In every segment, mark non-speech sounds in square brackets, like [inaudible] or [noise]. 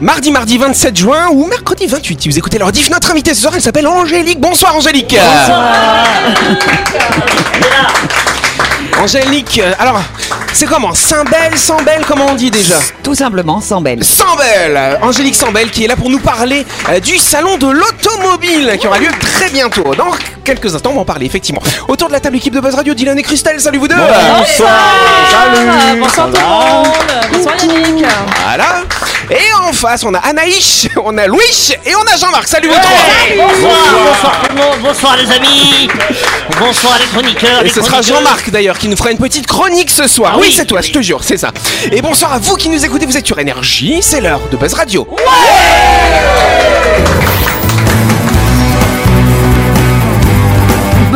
mardi, mardi 27 juin ou mercredi 28. Si vous écoutez leur diff, notre invitée ce soir, elle s'appelle Angélique. Bonsoir Angélique. Angélique, euh, alors, c'est comment Saint-Belle, Saint-Belle, comment on dit déjà Tout simplement, sans belle. Sambel, euh, Angélique Sambel qui est là pour nous parler euh, du salon de l'automobile qui aura lieu très bientôt. Dans quelques instants, on va en parler effectivement. Autour de la table, l'équipe de Buzz Radio, Dylan et Christelle, salut vous deux. Salut Ah, Bonsoir tout le monde Bonsoir Yannick Voilà. Et en face, on a Anaïs, [laughs] on a Louis et on a Jean-Marc. Salut vous trois. Bonsoir, bonsoir tout le monde, bonsoir les amis, bonsoir les chroniqueurs. Et les ce sera chroniqueuses. Jean-Marc d'ailleurs qui nous fera une petite chronique ce soir. Ah oui, oui, c'est toi, je te jure, c'est ça. Et bonsoir à vous qui nous écoutez, vous êtes sur Énergie, c'est l'heure de Buzz Radio.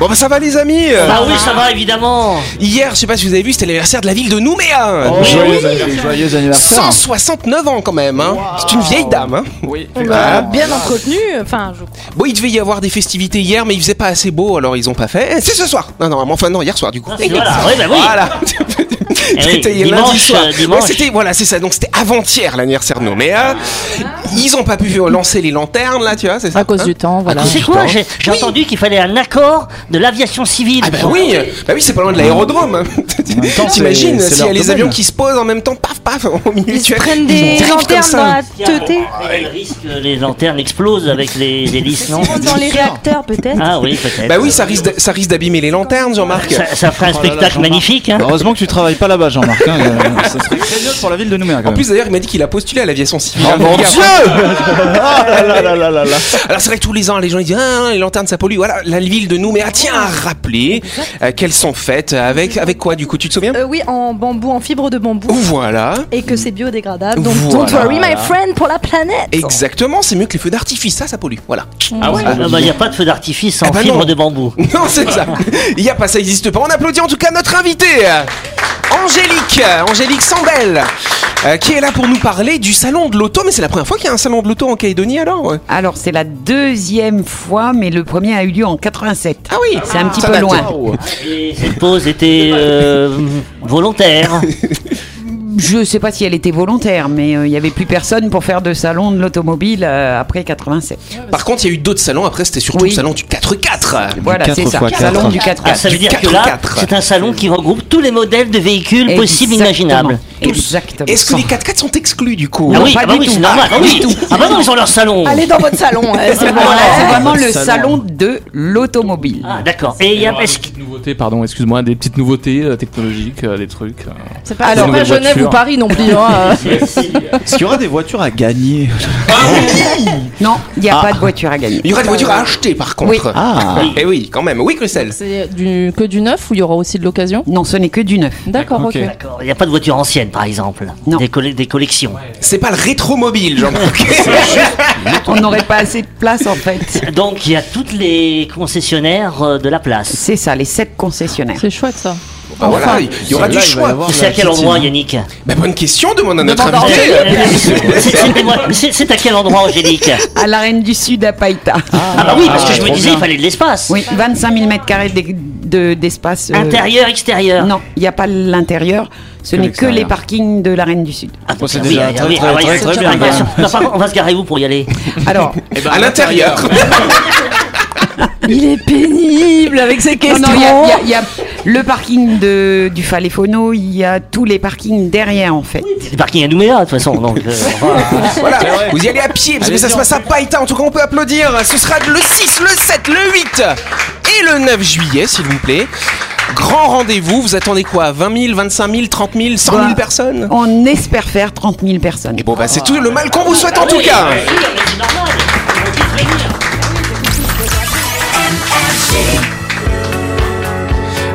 Bon bah ça va les amis. euh, Bah oui, ça va évidemment. Hier, je sais pas si vous avez vu, c'était l'anniversaire de la ville de Nouméa. Oh. Joyeux, anniversaire. Joyeux anniversaire. 169 ans quand même. hein. C'est une vieille dame. hein. Oui. Bah, Bien entretenu, enfin je Bon, il devait y avoir des festivités hier, mais il faisait pas assez beau, alors ils ont pas fait. Eh, C'est ce soir. Non, non, enfin non, hier soir du coup. Ah, c'est- voilà, oui, bah oui. [laughs] Voilà. C'était oui, lundi dimanche, soir. euh, dimanche. Ouais, c'était voilà, c'est ça. Donc c'était avant-hier l'anniversaire de Nouméa. Ils ont pas pu lancer les lanternes là, tu vois, c'est ça. À cause hein du temps, voilà. Tu sais quoi, j'ai j'ai Oui. entendu qu'il fallait un accord de l'aviation civile. Ah bah oui, bah oui, c'est pas loin Ah. de l'aérodrome. hein. [laughs] temps, T'imagines c'est- c'est s'il y a leur les domaine. avions qui se posent en même temps, paf paf, au milieu Ils tu se vois, prennent ils des drivent comme lanternes ça. dans la Tiens, teuté bon, ouais, le risque, euh, les lanternes explosent avec les hélices, non Dans les réacteurs peut-être Ah oui, peut-être. Bah Oh oui, ça risque, d'a- ça risque d'abîmer les lanternes, Jean-Marc. Ça, ça ferait un spectacle magnifique, hein Heureusement que tu travailles pas là-bas, Jean-Marc. hein, euh, [laughs] ça serait très dur pour la ville de Nouméa. Quand En plus, d'ailleurs, il m'a dit qu'il a postulé à l'aviation civile. Oh mon Regarde. [laughs] dieu Ah là là là là là là. Alors, c'est vrai que tous les ans, les gens ils disent Ah, les lanternes, ça pollue. Voilà, la ville de Nouméa tient à rappeler euh, qu'elles sont faites avec, avec quoi, du coup Tu te souviens Euh, Oui, en bambou, en fibre de bambou. Voilà. Et que c'est biodégradable, donc Voilà. don't worry my friend pour la planète Exactement, c'est mieux que les feux d'artifice, ça, ça pollue. Voilà. [laughs] Ah ouais Il n'y a pas de feu d'artifice en Ah bah fibre non. de bambou. Non, c'est ça. Il n'y a pas, ça n'existe pas. On applaudit en tout cas notre invitée, Angélique, Angélique Sandel, euh, qui est là pour nous parler du salon de l'auto. Mais c'est la première fois qu'il y a un salon de l'auto en Calédonie, alors ouais. Ah, Alors, c'est la deuxième fois, mais le premier a eu lieu en 87. Ah oui C'est un petit Ça peu date. loin. Et cette pause était euh, volontaire. Je sais pas si elle était volontaire, mais euh, il y avait plus personne pour faire de salon de l'automobile euh, après 87. Par contre, il y a eu d'autres salons. Après, c'était surtout Oui. le salon du 4x4. Voilà, quatre c'est ça. fois quatre. Salon du 4 Ah, ça veut Du dire que 4x4. là, c'est un salon qui regroupe tous les modèles de véhicules possibles, imaginables. Exactement. Est-ce que les 4x4 sont exclus du coup Ah oui, pas ah bah du oui, tout. c'est normal. Ah, Ah, pas oui. du tout. ah bah non, ils ont leur salon. Allez dans votre salon, hein, [laughs] c'est bon. Voilà, c'est vraiment le Salon. salon de l'automobile. Ah d'accord. Et il y a est-ce que- Des nouveautés, pardon, excuse-moi, des petites nouveautés euh, technologiques, euh, des trucs. euh. C'est pas, Alors, c'est pas les Genève voitures. ou Paris non plus. hein. Est-ce qu'il y aura des voitures à gagner Non, il n'y a pas de voiture à gagner. Il y aura des voitures à acheter par contre. Oui. Ah Et oui, quand même. Oui, Christelle. [laughs] C'est du, que du neuf ou il y aura aussi de l'occasion Non, ce n'est que du neuf. D'accord, ok. Ok. D'accord, il n'y a pas de voiture ancienne par exemple. Non. Des, colle- des collections. C'est pas le rétromobile, Jean-Marc. On n'aurait pas assez de place en fait. Donc il y a toutes les concessionnaires euh, de la place. C'est ça, les sept concessionnaires. C'est chouette ça. Ah, voilà, il y aura Là, du il va y choix. avoir de C'est Oh, la Oh, à quel endroit, piscine. Yannick Bah, bonne question, demande à notre Demande à invité. [laughs] C'est- c'est- C'est c'est à quel endroit, Angélique À l'arène du Sud à Païta. Ah bah oui, parce que Ah, je me trop disais, bien. il fallait de l'espace. Oui, 25 000 mètres carrés d'e- de- d'espace. euh, Intérieur, extérieur. Non, il n'y a pas l'intérieur. Ce n'est que l'extérieur. les parkings de l'arène du Sud. Ah, donc, c'est ah déjà oui, très, ah très, oui, très, ah oui, très, c'est très bien. bien sûr. Non, par contre, on va se garer où pour y aller [laughs] Alors, Eh ben, à l'intérieur. Il est pénible avec ses non, questions. non, il y a- il y, a- il y a le parking de, du Faléfono, il y a tous les parkings derrière en fait. C'est le parking à Nouméa, de toute façon. Donc, euh, on va- [laughs] voilà, vous y allez à pied, parce que ça se passe à Païta. En tout cas, on peut applaudir. Ce sera le 6, le 7, le 8 et le 9 juillet, s'il vous plaît. Grand rendez-vous. Vous attendez quoi 20 000, 25 000, 30 000, 100 000 Bah. personnes On espère faire 30 000 personnes. Et bon, bah, c'est tout le mal qu'on vous souhaite en tout cas.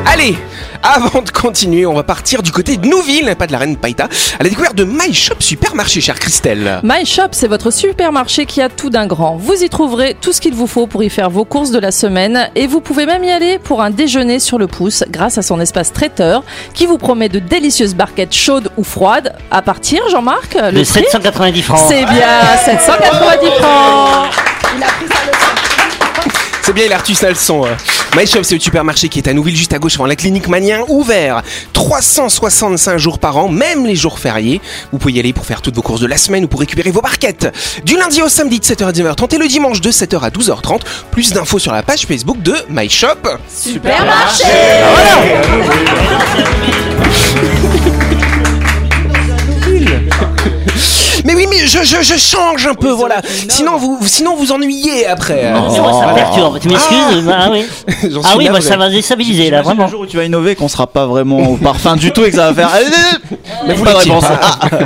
Allez Avant de continuer, on va partir du côté de Nouville, pas de la reine Païta, à la découverte de My Shop Supermarché, chère Christelle. My Shop, c'est votre supermarché qui a tout d'un grand. Vous y trouverez tout ce qu'il vous faut pour y faire vos courses de la semaine et vous pouvez même y aller pour un déjeuner sur le pouce grâce à son espace traiteur qui vous promet de délicieuses barquettes chaudes ou froides. À partir, Jean-Marc, le De prix 790 francs. C'est bien, 790 francs. C'est bien, il a reçu ça le son. hein. My Shop, c'est le supermarché qui est à Nouville, juste à gauche, avant la clinique Manien, ouvert 365 jours par an, même les jours fériés. Vous pouvez y aller pour faire toutes vos courses de la semaine ou pour récupérer vos barquettes. Du lundi au samedi de 7h à 19h30 et le dimanche de 7h à 12h30. Plus d'infos sur la page Facebook de My Shop. Mais oui, mais je, je, je change un peu, voilà. Sinon vous, sinon, vous ennuyez après. hein. Oh, ça me perturbe. Tu m'excuses bah, Ah oui, J'en ah, suis oui bah, navré. ça va déstabiliser là, J'imagine vraiment. Le jour où tu vas innover, qu'on sera pas vraiment au parfum du tout et que ça va [laughs] faire. Mais vous Pas de l'étiez réponse. Ah. pas.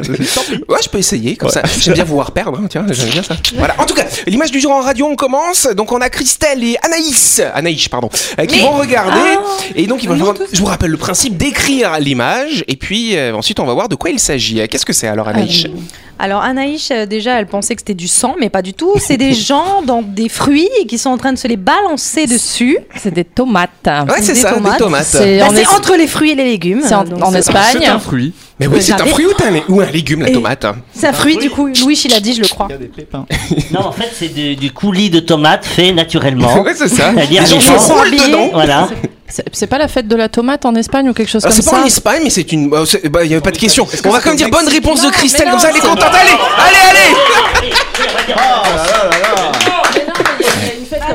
Ouais, je peux essayer comme ça. J'aime bien vous voir perdre, hein, tiens, j'aime bien ça. Voilà. En tout cas, l'image du jour en radio, on commence. Donc on a Christelle et Anaïs, Anaïs, pardon, euh, qui vont regarder. et donc ils vont. faire- Je vous rappelle le principe d'écrire l'image. Et puis euh, ensuite, on va voir de quoi il s'agit. Euh, Qu'est-ce que c'est alors, Anaïs Alors Anaïs, euh, déjà, elle pensait que c'était du sang, mais pas du tout. C'est des gens dans des fruits et qui sont en train de se les balancer dessus. C'est des tomates. Ouais, c'est des ça, des tomates, tomates. C'est Bah, en, c'est es- entre les fruits et les légumes. c'est en- euh, donc en c'est- C'est Espagne. un fruit. Mais oui, c'est un fruit ou un, ou un légume, la Et- tomate. hein. C'est un fruit, du coup. Louis, il a dit, je le crois. Non, en fait, c'est du, du coulis de tomates fait [laughs] naturellement. Ouais, c'est ça. C'est-à-dire Les gens les se gens roulent s'habiller. dedans. Voilà. C'est c'est pas la fête de la tomate en Espagne ou quelque chose Alors, comme Ah, Euh, c'est pas ça en Espagne, mais c'est une. bah, c'est- bah, Il n'y avait pas de question. On va quand même dire bonne réponse de Non, Christelle, mais comme ça elle est non, contente. Allez, allez, allez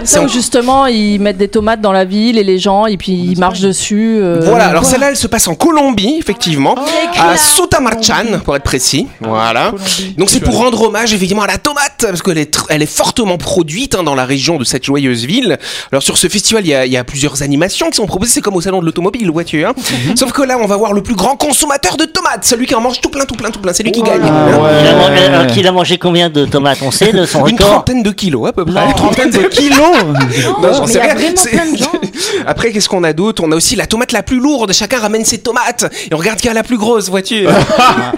C'est où justement ils mettent des tomates dans la ville et les gens et puis ils marchent dessus. euh, Voilà, alors celle-là, elle se passe en Colombie, effectivement, à Sotamarchan, pour être précis. Voilà. Donc c'est pour rendre hommage, effectivement, à la tomate, parce qu'elle est, tr- elle est fortement produite hein, dans la région de cette joyeuse ville. Alors sur ce festival, il y a, il y a plusieurs animations qui sont proposées, c'est comme au salon de l'automobile, vois-tu. hein. Sauf que là, on va voir le plus grand consommateur de tomates, celui qui en mange tout plein, tout plein, tout plein, c'est lui qui gagne. hein. Il a, mangé, alors qu'il a mangé combien de tomates On sait de son Une record trentaine de kilos à peu près. Une trentaine de [laughs] Kilo non, j'en mais sais il y a rien. vraiment C'est- plein de gens. [laughs] Après, qu'est-ce qu'on a d'autre On a aussi la tomate la plus lourde. Chacun ramène ses tomates. Et on regarde qui a la plus grosse, vois-tu Ah.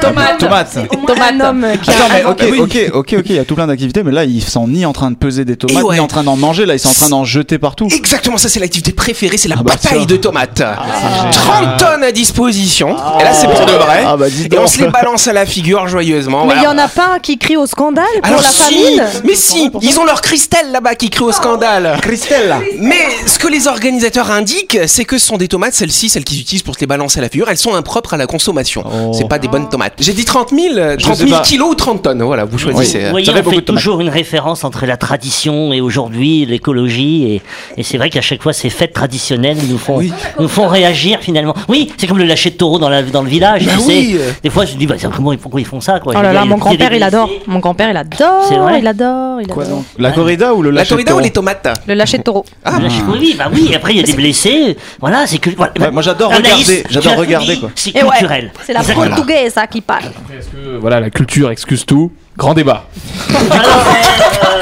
Tomate. Tomate. Au moins un homme qui a- Attends, mais ok, ok, ok, ok, il y a tout plein d'activités, mais là, ils sont ni en train de peser des Et tomates, ouais. ni en train d'en manger, là, ils sont en train d'en jeter partout. Exactement, ça c'est l'activité préférée, c'est la Ah bah, bataille ça. de tomates. Ah. 30 tonnes à disposition. et là, c'est pour de vrai. Ah bah dis Et on donc. se les balance à la figure joyeusement. Mais il voilà. y en a pas un qui crie au scandale pour Alors la si, famine. mais si, ils ont leur Christelle là-bas qui crie au scandale. Christelle. Mais ce que les organisateurs indiquent, c'est que ce sont des tomates, celles-ci, celles qu'ils utilisent pour se les balancer à la figure, elles sont impropres à la consommation. Oh. C'est pas des bonnes tomates. J'ai dit 30 000, euh, 30 000 sais pas. kilos ou 30 tonnes, voilà, vous choisissez. Vous voyez, Ça fait on beaucoup euh, fait de tomates. toujours une référence entre la tradition et aujourd'hui, l'écologie. Et, et c'est vrai qu'à chaque fois, ces fêtes traditionnelles nous font, nous font réagir finalement. Oui, c'est comme le lâcher de taureau dans, la, dans le Bah village. tu sais. euh. Des fois, je me dis, bah, comment, pourquoi ils font ça quoi Oh Je veux là là, mon dire, y a des grand-père, il blessés. adore. Mon grand-père, il adore. C'est vrai Il adore. Il Quoi adore. donc ah, La corrida ou le La lâcher de corrida ou taureau les tomates Le lâcher de taureau. Le lâcher de taureau, Oui, bah oui, et après, il y a des blessés. Voilà, c'est que. voilà. Ouais, moi, j'adore Anaïs, regarder, tu j'adore as tout regarder, dit, quoi. C'est Et ouais, culturel. C'est la Exactement. portugaise ça, qui parle. Est-ce que voilà la culture excuse tout Grand débat.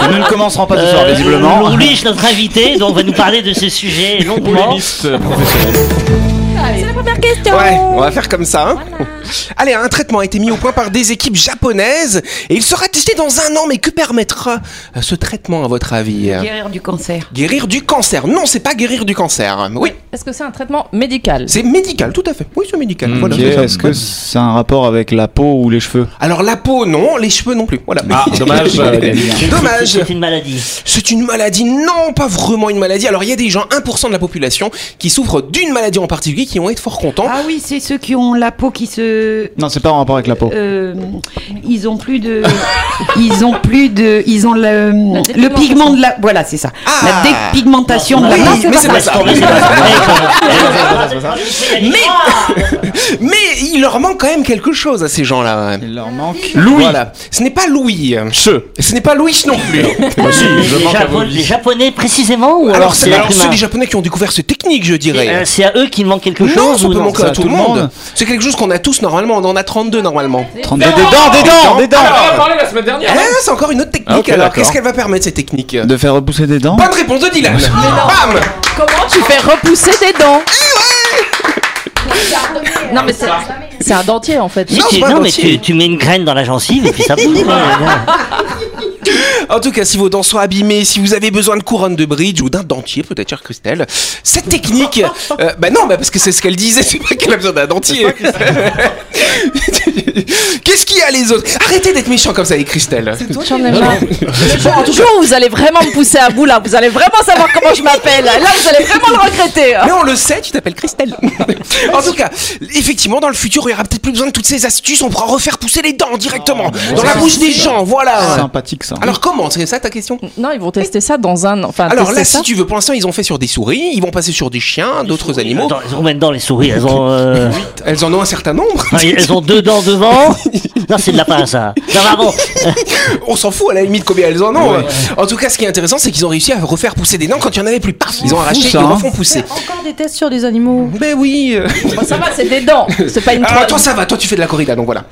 Et Nous ne commencerons pas ce soir, Euh, visiblement. Louis, notre invité, donc va nous parler de ce sujet longuement. Polémiste euh, professionnel. Première question. Ouais, on va faire comme ça. hein. [laughs] Allez, un traitement a été mis au point par des équipes japonaises et il sera testé dans un an. Mais que permettra euh, ce traitement à votre avis Guérir du cancer. Guérir du cancer Non, c'est pas guérir du cancer. Oui, Est-ce que c'est un traitement médical c'est médical, tout à fait. Oui, c'est médical. Mm, voilà, Ok, c'est ça. Est-ce que c'est un rapport avec la peau ou les cheveux Alors la peau, non, les cheveux non plus. Voilà. [laughs] Ah, dommage. euh, il y a eu un- C'est- Dommage. C'est une maladie. C'est une maladie Non, pas vraiment une maladie. Alors il y a des gens, 1% de la population, qui souffrent d'une maladie en particulier, qui vont être fort contents. Ah oui, c'est ceux qui ont la peau qui se. Non, c'est pas en rapport avec la peau. euh, ils ont plus de. ils ont plus de. Ils ont le, le dépigmentation. pigment de la. Voilà, c'est ça. Ah. la dépigmentation de la Oui, peau. mais c'est pas ça. Laisse tomber, c'est pas ça. Mais il leur manque quand même quelque chose à ces gens-là. ouais. Il leur manque. Louis. Voilà. Ce n'est pas Louis. Ce n'est pas Louis non plus. Les- les, manque à Japo- vos les Japonais précisément ou alors, Alors, c'est c'est alors, l'être ceux humain des Japonais qui ont découvert cette technique, je Et, euh, dirais. C'est à eux qu'il manque quelque Non, chose ça ou peut non manquer ça à à tout tout le le monde. monde C'est quelque chose qu'on a tous normalement. On en a 32 normalement. 32 des dents, des dents, des dents Ah, c'est encore une autre technique. Ah, ok, alors, d'accord. qu'est-ce qu'elle va permettre cette technique De faire Bah, repousser des dents Bonne réponse de Dylan. Bam Comment tu fais repousser des dents Non, mais c'est c'est un dentier en fait. Si Non, tu- c'est pas non, mais gentil. tu, tu mets une graine dans la gencive et puis ça bouge. quoi. En tout cas, si vos dents sont abîmées, si vous avez besoin de couronne de bridge ou d'un dentier, peut-être, chère Christelle, cette technique. euh, bah non, bah parce que c'est ce qu'elle disait, c'est pas qu'elle a besoin d'un dentier. [laughs] Qu'est-ce qu'il y a les autres Arrêtez d'être méchant comme ça avec Christelle. J'en [laughs] ai marre. Le jour- le jour où vous allez vraiment me pousser à bout là, vous allez vraiment savoir comment je m'appelle. Là, vous allez vraiment le regretter. hein. Mais on le sait, tu t'appelles Christelle. en tout cas, effectivement, dans le futur, il y aura peut-être plus besoin de toutes ces astuces. On pourra refaire pousser les dents directement dans la bouche des gens. C'est Voilà. sympathique ça. Alors comment C'est ça ta question Non, ils vont tester ça dans un. Enfin, Alors tester là, ça. si tu veux, pour l'instant, ils ont fait sur des souris. Ils vont passer sur des chiens, d'autres animaux. Attends, elles ont maintenant les souris, elles ont, euh, Elles en ont un certain nombre. [laughs] elles ont deux dents devant. Non, c'est de la pince, ça. Non, vraiment. On s'en fout à la limite combien elles en ont. hein. En tout cas, ce qui est intéressant, c'est qu'ils ont réussi à refaire pousser des dents quand il n'y en avait plus. Paf, ils ont arraché ça, et hein. refont pousser. Encore des tests sur des animaux. Ben oui. euh. Bon, bah, ça va, c'est des dents. C'est pas une. Alors tro- toi, ça va. Toi, tu fais de la corrida, donc [laughs] voilà.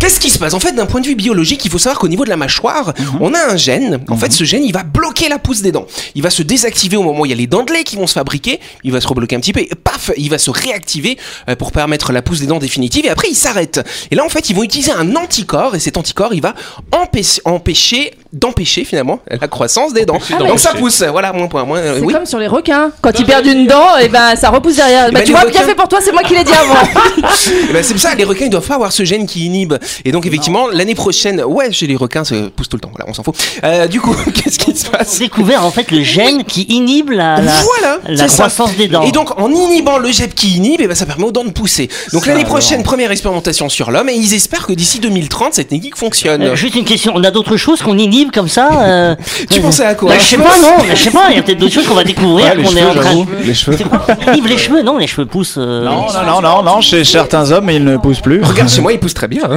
Qu'est-ce qui se passe En fait, d'un point de vue biologique, il faut savoir qu'au niveau de la mâchoire, on a un gène. En fait, ce gène, il va bloquer la pousse des dents. Il va se désactiver au moment où il y a les dents de lait qui vont se fabriquer. Il va se rebloquer un petit peu et paf, il va se réactiver euh, pour permettre la pousse des dents définitive. Et après, il s'arrête. Et là, en fait, ils vont utiliser un anticorps et cet anticorps, il va empêcher, empêcher d'empêcher finalement [laughs] la croissance des dents. Ah, Donc mais- ça pousse. Voilà, moins point, moins. euh, C'est oui. comme sur les requins. Quand ils perdent une dent, et ben ça repousse derrière. Bah, ben, tu les vois, bien requins- fait pour toi, c'est moi qui l'ai dit avant. Eh ben, c'est pour ça, les requins, ils doivent pas avoir ce gène qui inhibe. Et donc, effectivement, l'année prochaine, ouais, chez les requins, ça pousse tout le temps. Voilà, on s'en fout. Euh, du coup, [laughs] qu'est-ce qui se Ils ont passe découvert en fait le gène qui inhibe la, la, Voilà, la c'est ça. croissance des dents. Et donc, en inhibant le gène qui inhibe, eh ben, ça permet aux dents de pousser. Donc, Ça, l'année alors. prochaine, première expérimentation sur l'homme, et ils espèrent que d'ici 2030, cette technique fonctionne. Euh, juste une question, on a d'autres choses qu'on inhibe comme ça euh, [laughs] Tu euh, pensais à quoi bah, Je sais pas, non, mais je sais pas, il y a peut-être d'autres choses qu'on va découvrir, Ouais, les qu'on est cheveux, en train. j'avoue, les cheveux. On inhibe les cheveux, non, les cheveux poussent. euh, Non, non, non, non, non, chez certains hommes, ils ne poussent plus. Regarde, chez moi, il pousse très bien. hein.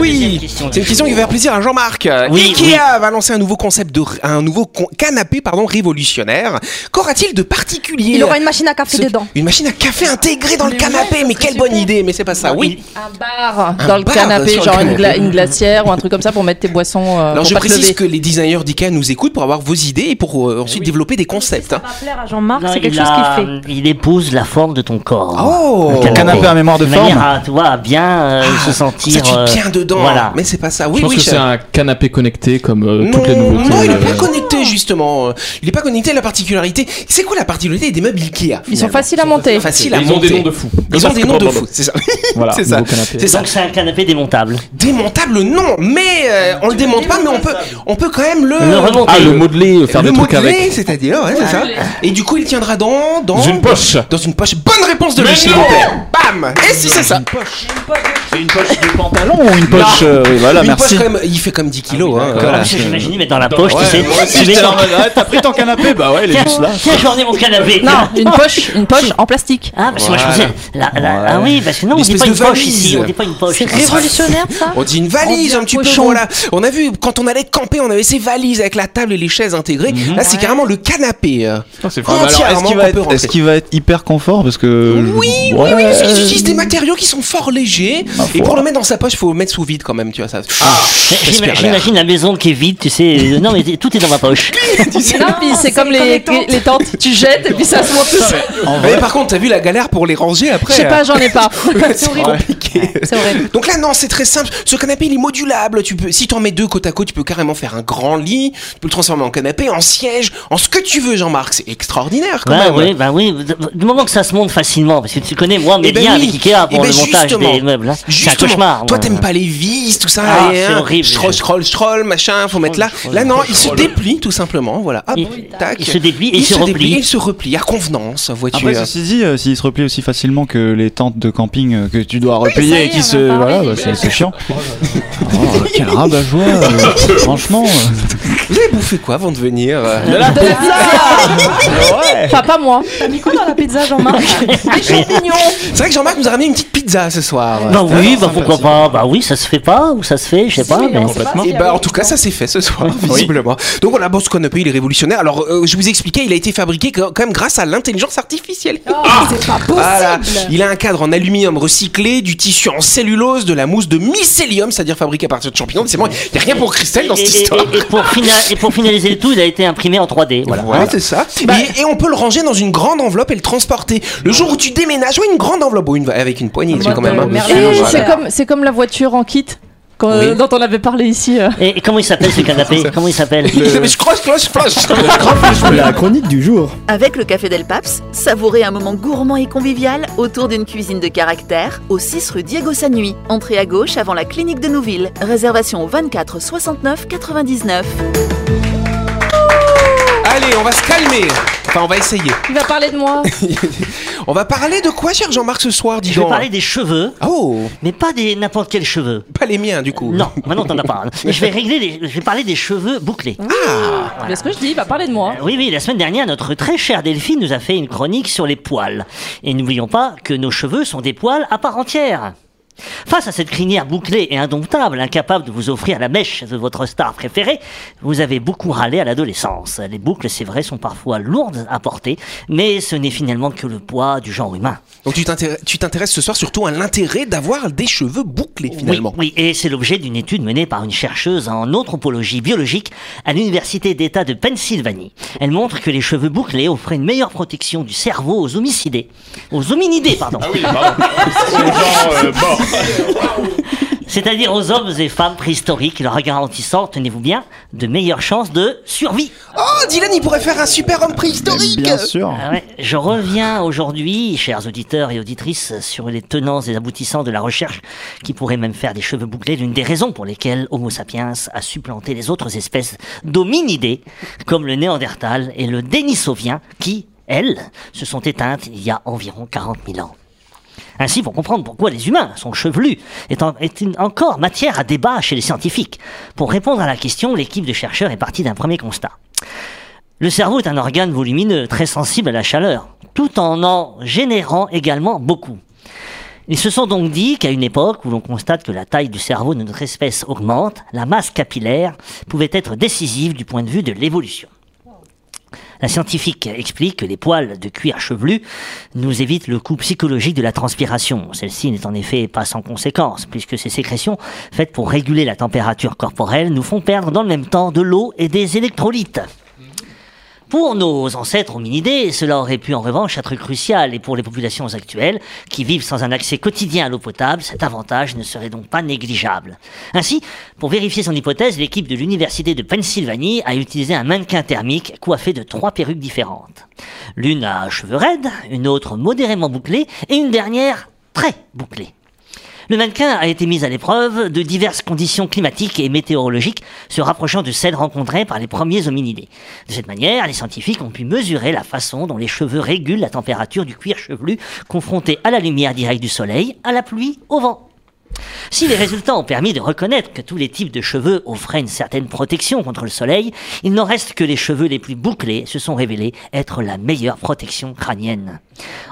Oui, question. c'est une question qui va faire plaisir à Jean-Marc. Oui, Ikea oui. va lancer un nouveau concept de un nouveau con- canapé pardon révolutionnaire. Qu'aura-t-il de particulier Il aura une machine à Ce- café dedans. Une machine à café intégrée dans le canapé, mais quelle bonne idée Mais c'est pas ça, oui. Un bar Un dans le bar canapé, sur le genre une, canapé. gla- une glacière ou un truc comme ça pour mettre tes boissons. euh, Alors pour je pas te précise lever. que les designers d'IKEA nous écoutent pour avoir vos idées et pour euh, ensuite développer des concepts. hein. Ah, Ça va plaire à Jean-Marc, Non, c'est quelque il chose a- qu'il fait. Il épouse la forme de ton corps. Oh Un canapé à mémoire de De manière forme. à, tu vois, à bien Ah, euh, se Ça sentir. tue euh, bien dedans, Voilà. mais c'est pas ça. Oui, Je pense oui, que je- c'est un canapé connecté comme euh, Non, toutes les nouveautés. non, il est euh, pas connecté justement. Euh, Il est pas connecté à la particularité. C'est quoi la particularité des meubles Ikea Ils sont finalement faciles à monter. Faciles et à ils ont des monter. noms de fous. Ils ont des noms de Pardon. fous, c'est ça. [laughs] Voilà, c'est ça. nouveau canapé. C'est ça. Donc c'est un canapé démontable. Démontable, non, mais euh, on le démonte pas, mais on peut, on peut quand même le. Le remonter. Ah, le modelé, euh, faire le des trucs modeler, avec. c'est-à-dire, ouais, c'est ça. Et du coup, il tiendra dans. Dans Dans une poche. Dans une poche. Bonne réponse de Lucie, s'il vous plaît. Bam Et si c'est ça Une poche de pantalon ou une poche. euh, oui, voilà, Une merci. poche, quand même, il fait comme 10 kilos. hein, Ah, voilà. parce que J'imaginais mettre dans la poche, tu Ouais, sais. moi aussi, tu mets j'étais ton- là en mode, ah, T'as pris ton canapé Bah ouais, il est Tiens, juste là. tiens, j'en ai mon canapé. Non, [laughs] une poche, une poche en plastique. Ah, parce que moi je Voilà. pensais. la- la- Ah oui, parce que non, on dit L'espèce pas une de poche valise. ici. On dit pas une poche. C'est révolutionnaire ça On dit une valise On dit un petit un peu, cochon. voilà. On a vu, quand on allait camper, on avait ces valises avec la table et les chaises intégrées. Là, c'est carrément le canapé. euh, c'est Ah, bah Mhm. alors, entièrement Est-ce qu'il qu'on va, peut être- est-ce rentrer. qu'il va être hyper confort Parce que. Oui, oui, oui, parce qu'ils utilisent des matériaux qui sont fort légers. et pour le mettre dans sa poche, faut le mettre sous vide quand même, tu vois ça. J'im- respire l'air. J'imagine la maison qui est vide, tu sais. euh, Non, mais t- tout est dans ma poche. Non, puis c'est comme les, les, les tentes, tu jettes et puis ça se monte tout seul. Mais par contre, t'as vu la galère pour les ranger après Je sais euh, pas, j'en ai pas. C'est compliqué. C'est vrai. Donc là, non, c'est très simple. Ce canapé, il est modulable. Tu peux, si tu en mets deux côte à côte, tu peux carrément faire un grand lit. Tu peux le transformer en canapé, en siège, en ce que tu veux, Jean-Marc. C'est extraordinaire quand Bah même. oui, bah oui. d- Du moment que ça se monte facilement, parce que tu connais moi, Eh mais ben bien oui. avec Ikea Eh pour ben le montage justement. des meubles. hein. justement, cauchemar, toi ouais. t'aimes pas les vis, tout ça, Ah, et, c'est hein, horrible. scroll, scroll, scroll, machin, faut mettre là. scroll, Là non, il se scroll. déplie tout simplement, voilà. Hop, Il- tac. il se déplie et il se replie. déplie et il se replie à convenance, vois-tu. Après, euh. ceci dit, euh, s'il se replie aussi facilement que les tentes de camping euh, que tu dois ça y replier est, et on qui se. en a parlé. Voilà, bah, c'est c'est chiant. Oh, quel rabat joie, franchement. euh. Vous avez bouffé quoi avant de venir euh Ah Enfin, pas moi. T'as mis quoi dans la pizza, Jean-Marc [laughs] Des champignons C'est vrai que Jean-Marc nous a ramené une petite pizza ce soir. Bah C'était oui, vraiment bah sympa, pourquoi c'est- pas Bah oui, ça se fait pas ou ça se fait, je sais pas. Oui, mais- on sait pas Et s'il y bah avait en tout cas ça s'est fait ce soir visiblement. Donc voilà, bon ce canapé il est révolutionnaire. Alors euh, je vous expliquais, il a été fabriqué quand quand même grâce à l'intelligence artificielle. C'est pas possible Voilà. Il a un cadre en aluminium recyclé, du tissu en cellulose, de la mousse de mycélium, c'est-à-dire fabriquée à partir de champignons. C'est bon, il n'y a rien pour Christelle dans Et- cette et- histoire. Et, et pour fina- et pour finaliser le tout, il a été imprimé en 3D. [laughs] Voilà. Bah. Voilà, Ah, c'est ça. et, et on peut le ranger dans une grande enveloppe et le transporter. Le jour où tu déménages, oui, une grande enveloppe, ou une, avec une poignée, c'est quand même. euh, hein. Merlin, Voilà. Eh, voilà. C'est comme, c'est comme la voiture en kit quand- euh, Oui. dont on avait parlé ici. euh. Et, et comment il s'appelle ce canapé Comment il s'appelle [laughs] Mais je croche, croche, croche. La chronique du jour. Avec le Café Del Paps, savourez un moment gourmand et convivial autour d'une cuisine de caractère au 6 rue Diego Sanui. Entrée à gauche avant la clinique de Nouville. Réservation au 24 69 99. Allez, on va se calmer. Enfin, on va essayer. Il va parler de moi. On va parler de quoi, cher Jean-Marc, ce soir, dis Je vais donc parler des cheveux, Oh, mais pas des n'importe quels cheveux. pas les miens, du coup. Non, maintenant t'en as pas. hein. Mais je vais régler, les- je vais parler des cheveux bouclés. Mais ce que je dis, il va parler de moi. Euh, Oui, oui, la semaine dernière, notre très chère Delphine nous a fait une chronique sur les poils. Et n'oublions pas que nos cheveux sont des poils à part entière. Face à cette crinière bouclée et indomptable, incapable de vous offrir la mèche de votre star préférée, vous avez beaucoup râlé à l'adolescence. Les boucles, c'est vrai, sont parfois lourdes à porter, mais ce n'est finalement que le poids du genre humain. Donc, tu t'intéresses tu t'intéresses ce soir surtout à l'intérêt d'avoir des cheveux bouclés, finalement. Oui, oui, et c'est l'objet d'une étude menée par une chercheuse en anthropologie biologique à l'Université d'État de Pennsylvanie. Elle montre que les cheveux bouclés offraient une meilleure protection du cerveau aux homicidés. Aux hominidés, pardon. Ah. euh, C'est-à-dire aux hommes et femmes préhistoriques, leur garantissant, tenez-vous bien, de meilleures chances de survie. Oh, Dylan, il pourrait faire un super homme préhistorique. Bien sûr. Ah ouais, je reviens aujourd'hui, chers auditeurs et auditrices, sur les tenants et aboutissants de la recherche qui pourrait même faire des cheveux bouclés l'une des raisons pour lesquelles Homo sapiens a supplanté les autres espèces d'hominidés comme le Néandertal et le Denisovien qui, elles, se sont éteintes il y a environ 40 000 ans. Ainsi, pour comprendre pourquoi les humains sont chevelus est, en- est une- encore matière à débat chez les scientifiques. Pour répondre à la question, l'équipe de chercheurs est partie d'un premier constat. Le cerveau est un organe volumineux, très sensible à la chaleur, tout en en générant également beaucoup. Ils se sont donc dit qu'à une époque où l'on constate que la taille du cerveau de notre espèce augmente, la masse capillaire pouvait être décisive du point de vue de l'évolution. La scientifique explique que les poils de cuir chevelu nous évitent le coût psychologique de la transpiration. Celle-ci n'est en effet pas sans conséquence, puisque ces sécrétions, faites pour réguler la température corporelle, nous font perdre dans le même temps de l'eau et des électrolytes. Pour nos ancêtres hominidés, cela aurait pu en revanche être crucial et pour les populations actuelles qui vivent sans un accès quotidien à l'eau potable, cet avantage ne serait donc pas négligeable. Ainsi, pour vérifier son hypothèse, l'équipe de l'université de Pennsylvanie a utilisé un mannequin thermique coiffé de trois perruques différentes. L'une à cheveux raides, une autre modérément bouclée et une dernière très bouclée. Le mannequin a été mis à l'épreuve de diverses conditions climatiques et météorologiques se rapprochant de celles rencontrées par les premiers hominidés. De cette manière, les scientifiques ont pu mesurer la façon dont les cheveux régulent la température du cuir chevelu confronté à la lumière directe du soleil, à la pluie, au vent. Si les résultats ont permis de reconnaître que tous les types de cheveux offraient une certaine protection contre le soleil, il n'en reste que les cheveux les plus bouclés se sont révélés être la meilleure protection crânienne.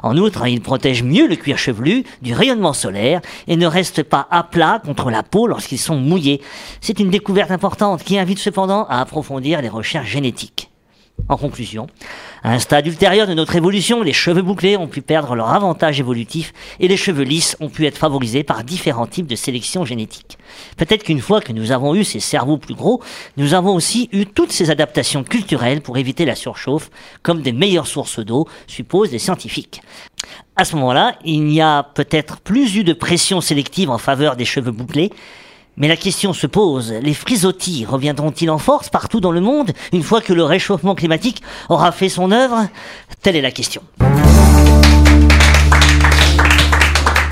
En outre, ils protègent mieux le cuir chevelu du rayonnement solaire et ne restent pas à plat contre la peau lorsqu'ils sont mouillés. C'est une découverte importante qui invite cependant à approfondir les recherches génétiques. En conclusion, à un stade ultérieur de notre évolution, les cheveux bouclés ont pu perdre leur avantage évolutif et les cheveux lisses ont pu être favorisés par différents types de sélection génétique. Peut-être qu'une fois que nous avons eu ces cerveaux plus gros, nous avons aussi eu toutes ces adaptations culturelles pour éviter la surchauffe, comme des meilleures sources d'eau, supposent les scientifiques. À ce moment-là, il n'y a peut-être plus eu de pression sélective en faveur des cheveux bouclés, mais la question se pose, les frisottis reviendront-ils en force partout dans le monde une fois que le réchauffement climatique aura fait son œuvre Telle est la question.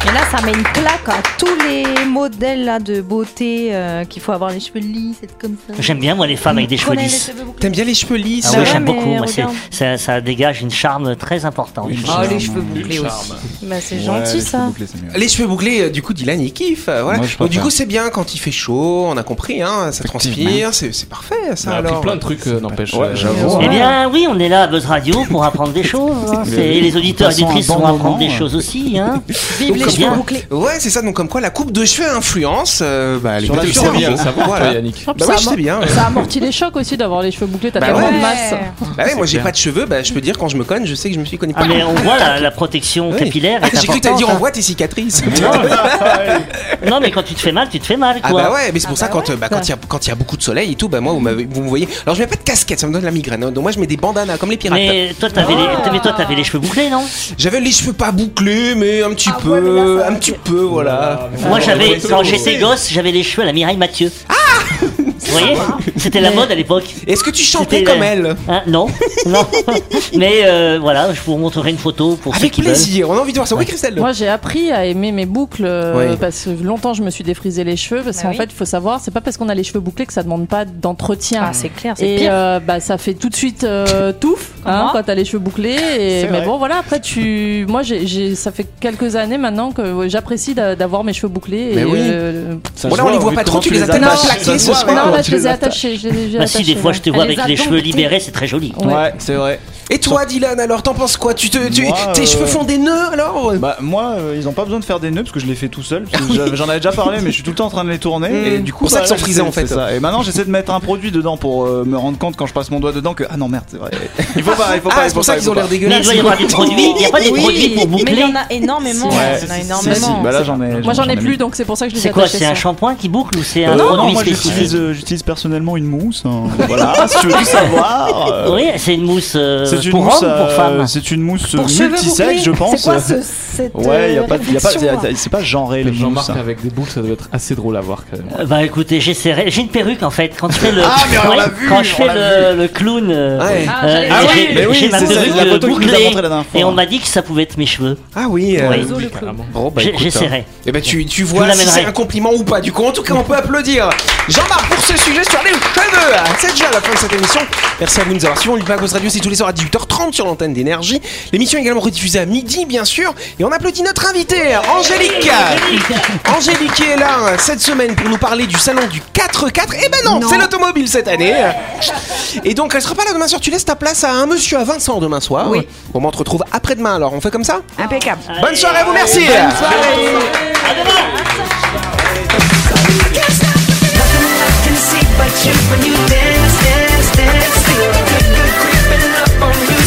Mais là, ça met une claque à tous les modèles là, de beauté euh, qu'il faut avoir les cheveux lisses, être comme ça. J'aime bien, moi, les femmes avec des cheveux Connais les lisses. cheveux bouclés. T'aimes bien les cheveux lisses Ah Bah ouais, ouais, j'aime mais beaucoup. Moi, c'est- regarde. ça, ça dégage une charme très importante. Oh, Ah, les cheveux bouclés aussi. Une charme. Bah, c'est gentil ça. Les cheveux bouclés, euh, du coup, Dylan, il kiffe. euh, Voilà. Moi, je Donc, du préfère. coup, c'est bien quand il fait chaud, on a compris, hein, ça transpire, c'est c'est parfait, On ça, a Ah, appris alors. plein de trucs, euh, n'empêche. Ouais, euh, j'avoue. Eh bien, oui, on est là à Buzz Radio pour apprendre des choses. hein. C'est- Et les auditeurs et Passons un auditrices bon vont apprendre moment, des ouais. choses aussi. Hein. Vive les comme cheveux bien. bouclés. Ouais, c'est ça, donc comme quoi la coupe de cheveux influence euh, bah, les Sur la coupes de survie, cerveau. faut savoir, Voilà. toi, Yannick. Bah ouais, je sais bien. ouais. Ça amortit les chocs aussi d'avoir les cheveux bouclés, t'as Bah tellement ouais. de masse. Bah ouais, moi j'ai pas de cheveux, bah je peux dire quand je me cogne, je sais que je me suis cogné. Ah, mais on voit la, la protection Oui. Ah, capillaire. est [laughs] J'ai cru que t'allais importante, dire on hein. voit tes cicatrices. Non, mais quand tu te fais mal, tu te fais mal, Ah quoi. bah ouais, mais c'est pour ça quand euh, bah, quand il y a quand il y a beaucoup de soleil et tout, bah moi vous, m'avez- vous me voyez. Alors je mets pas de casquette, ça me donne la migraine. hein. Donc moi je mets des bandanas comme les pirates. Mais toi, t'avais Oh. les, mais toi, t'avais les cheveux bouclés, non J'avais les cheveux pas bouclés, mais un petit peu, un petit peu, voilà. Moi, j'avais, quand j'étais gosse, j'avais les cheveux à la Mireille Mathieu. [laughs] Ah Vous voyez C'était la mode à l'époque. Est-ce que tu chantais C'était comme la- elle Hein, non, [laughs] non. Mais euh, voilà, je vous montrerai une photo pour ceux Avec qui veulent. plaisir. On a envie de voir ça. Oui, Christelle. Moi, j'ai appris à aimer mes boucles euh, Oui. parce que longtemps je me suis défrisé les cheveux parce Bah qu'en oui. fait, il faut savoir, c'est pas parce qu'on a les cheveux bouclés que ça demande pas d'entretien. Ah, c'est clair, c'est et pire. euh, bah, ça fait tout de suite [laughs] euh, touffe Comme hein, moi. quand t'as les cheveux bouclés. Et, mais bon, voilà, après, tu. Moi, j'ai, j'ai- ça fait quelques années maintenant que ouais, j'apprécie d'a- d'avoir mes cheveux bouclés. Mais et, oui. euh, Bon, là, on les voit pas trop, tu les as tellement attaches. plaqués ce non, hein. soir. là, je les ai attachés. Je les ai Bah si, attachés, des fois, je te ouais. vois Elle avec les a cheveux domptés. libérés, c'est très joli. Ouais. c'est vrai. Et toi, Dylan, alors t'en penses quoi Tu te, tu- Moi, tes euh, cheveux font des nœuds alors Bah moi, euh, ils ont pas besoin de faire des nœuds parce que je les fais tout seul. parce que j'a- J'en avais déjà parlé, mais je suis tout le temps en train de les tourner. Et Mmh. du coup, Pour ça bah, qu'ils sont là, je frisés, sais- en fait. c'est ça. Et maintenant, j'essaie de mettre un produit dedans pour euh, me rendre compte quand je passe mon doigt dedans que ah non merde, c'est vrai. Il faut pas, il faut pas. Ah, il c'est faut pour ça pas, il qu'ils faut ont l'air pas. Mais il dégueulasses. doit y [laughs] avoir des produits. Il n'y a pas des Oui, produits pour Mais il boucler. y en a énormément. Ouais, Il y en a si, énormément. si, bah là, j'en ai. Moi, j'en ai plus, donc. donc c'est pour ça que je les ai C'est quoi attachés. C'est un ça. shampoing qui boucle ou Euh, c'est un Euh, non, produit moi j'utilise, spécifique euh, j'utilise personnellement une mousse. hein. [laughs] Voilà, si tu veux tout savoir. [laughs] euh, Oui, c'est une mousse euh, C'est une pour mousse, homme ou pour euh, femme C'est une mousse Pour cheveux bouclés, multisexe, je pense. C'est quoi ce, cette Ouais, y a euh, pas, y a pas, réflexion, là c'est- c'est pas genré les mousses. Jean-Marc hein. avec des boucles, ça doit être assez drôle à voir quand même. Euh, Bah écoutez, j'essaierai. J'ai une perruque en fait. Quand je fais le, Ah, mais on Ouais, l'a vu, quand je on fais l'a le, le clown, euh, Ouais. euh, j'allais Ah oui, j'ai- mais oui, j'ai ma c'est ça, perruque c'est la photo euh, qu'il nous a bouclée, montrée la dernière fois. et on m'a dit que ça pouvait être mes cheveux. Ah oui. euh, Oui. Bon, bah, J'ai- hein. écoute, J'essaierai. Et ben tu, tu vous vois si l'amènerai. c'est un compliment ou pas. Du coup, en tout cas, on peut applaudir Jean-Marc pour ce sujet sur les cheveux. C'est déjà la fin de cette émission. Merci à vous de nous avoir suivis. On pas Cause Radio, c'est tous les soirs à 18h30 sur l'antenne d'énergie. L'émission est également rediffusée à midi, bien sûr. Et on applaudit notre invitée, Angélique. Angélique qui est là cette semaine pour nous parler du salon du 4x4. Eh ben non, c'est l'automobile cette année. Et donc, elle sera pas là demain soir. Tu laisses ta place à un monsieur à Vincent demain soir. Oui. Bon, bah, on te retrouve après-demain alors. On fait comme ça Impeccable. Bonne soirée à vous, merci.